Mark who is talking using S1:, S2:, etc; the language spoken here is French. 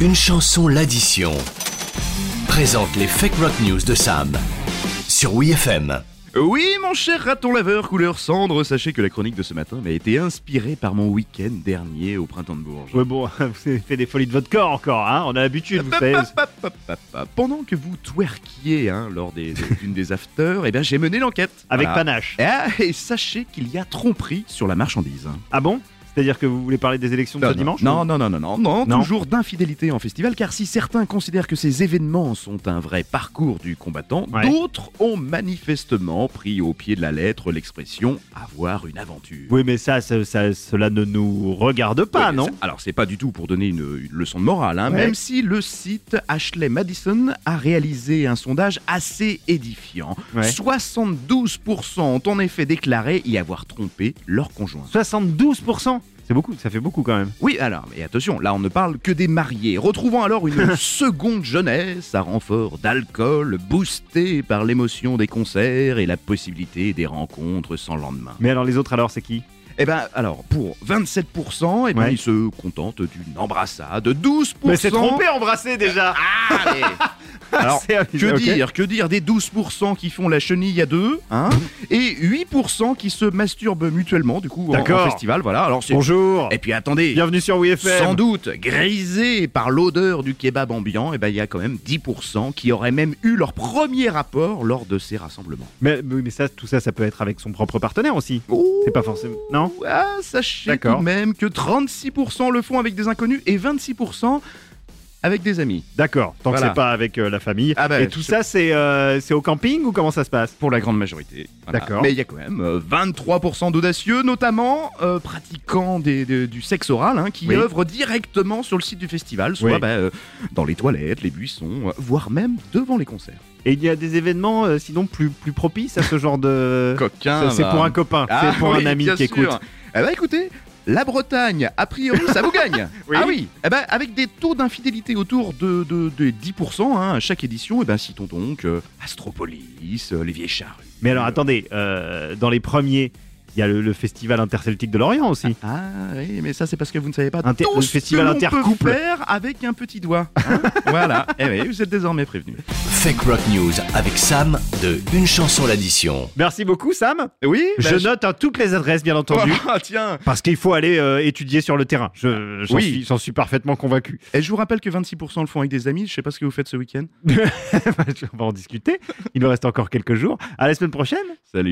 S1: Une chanson, l'addition. Présente les Fake Rock News de Sam. Sur WeFM.
S2: Oui, mon cher raton laveur couleur cendre, sachez que la chronique de ce matin m'a été inspirée par mon week-end dernier au printemps de Bourges.
S3: Ouais, bon, vous avez fait des folies de votre corps encore, hein On a l'habitude, vous savez.
S2: Hop, hop, hop, hop, hop. Bah, Pendant que vous twerkiez hein, lors des- des- d'une des afters, eh bien j'ai mené l'enquête.
S3: Avec
S2: Voilà.
S3: panache.
S2: Ah, et sachez qu'il y a tromperie sur la marchandise.
S3: Ah bon C'est-à-dire que vous voulez parler des élections de
S2: Non,
S3: ce
S2: non,
S3: dimanche
S2: non, non, non, non, non, non,
S3: Non.
S2: toujours d'infidélité en festival, car si certains considèrent que ces événements sont un vrai parcours du combattant,
S3: Ouais.
S2: d'autres ont manifestement pris au pied de la lettre l'expression avoir une aventure.
S3: Oui, mais ça, ça- ça- cela ne nous regarde pas,
S2: Oui,
S3: non
S2: c'est- Alors, c'est pas du tout pour donner une, une leçon de morale, hein,
S3: Ouais.
S2: même si le site Ashley Madison a réalisé un sondage assez édifiant.
S3: Ouais.
S2: 72% ont en effet déclaré y avoir trompé leur conjoint.
S3: 72% C'est beaucoup, ça fait beaucoup quand même.
S2: Oui, alors, mais attention, là on ne parle que des mariés. Retrouvant alors une seconde jeunesse à renfort d'alcool, boostée par l'émotion des concerts et la possibilité des rencontres sans lendemain.
S3: Mais alors les autres, alors, c'est qui
S2: Eh ben, alors, pour 27%, eh ben,
S3: Ouais.
S2: ils se contentent d'une embrassade. 12%.
S3: Mais c'est trompé, embrassé déjà
S2: Ah, mais- Alors,
S3: C'est-
S2: que
S3: ok.
S2: dire Que dire des 12% qui font la chenille à deux, hein Et 8% qui se masturbent mutuellement, du coup, en, en
S3: D'accord.
S2: festival, voilà. Alors, c'est...
S3: Bonjour
S2: Et puis, attendez
S3: Bienvenue sur WeFM
S2: Sans doute, grisés par l'odeur du kebab ambiant, eh ben, il y a quand même 10% qui auraient même eu leur premier rapport lors de ces rassemblements.
S3: mais, mais ça, tout ça, ça peut être avec son propre partenaire aussi. C'est pas forcément. Non
S2: Ah, sachez
S3: D'accord.
S2: quand même que 36% le font avec des inconnus et 26% avec des amis.
S3: D'accord, tant
S2: Voilà.
S3: que c'est pas avec euh, la famille.
S2: Ah bah,
S3: Et tout
S2: je-
S3: ça, c'est euh, c'est au camping ou comment ça se passe
S2: Pour la grande majorité.
S3: D'accord.
S2: Mais il y a quand même euh, 23% d'audacieux, notamment euh, pratiquants des- de- du sexe oral, hein, qui
S3: Oui.
S2: œuvrent directement sur le site du festival, soit
S3: Oui.
S2: bah, euh, dans les toilettes, les buissons, euh, voire même devant les concerts.
S3: Et il y a des événements, euh, sinon, plus, plus propices à ce genre de.
S2: Coquin. Ah
S3: Ça, c'est pour un copain, c'est pour un ami qui écoute.
S2: Eh ben écoutez, la Bretagne, a priori, ça vous gagne.
S3: Oui.
S2: Ah oui, eh ben, avec des taux d'infidélité autour de, de, de 10% hein, à chaque édition, eh ben, citons donc euh, Astropolis, euh, les vieilles charrues.
S3: Mais alors attendez, euh, dans les premiers, il y a le, le festival interceltique de l'Orient aussi.
S2: Ah oui, mais ça c'est parce que vous ne savez pas
S3: Hmm. Inter-
S2: tout
S3: le
S2: ce
S3: festival
S2: que l'on peut
S3: intercouple.
S2: faire avec un petit doigt. hein. voilà, eh oui, vous êtes désormais prévenus.
S1: Fake Rock News avec Sam de Une chanson, l'addition.
S3: Merci beaucoup Sam.
S2: Oui, bah,
S3: je Oh. note hein, toutes les adresses bien entendu.
S2: Ah tiens
S3: Parce qu'il faut aller euh, étudier sur le terrain. Je, j'en
S2: Oui.
S3: suis, j'en suis parfaitement convaincu.
S2: Et je vous rappelle que 26% le font avec des amis, je sais pas ce que vous faites ce week-end.
S3: On va en discuter. Il nous reste encore quelques jours. À la semaine prochaine.
S2: Salut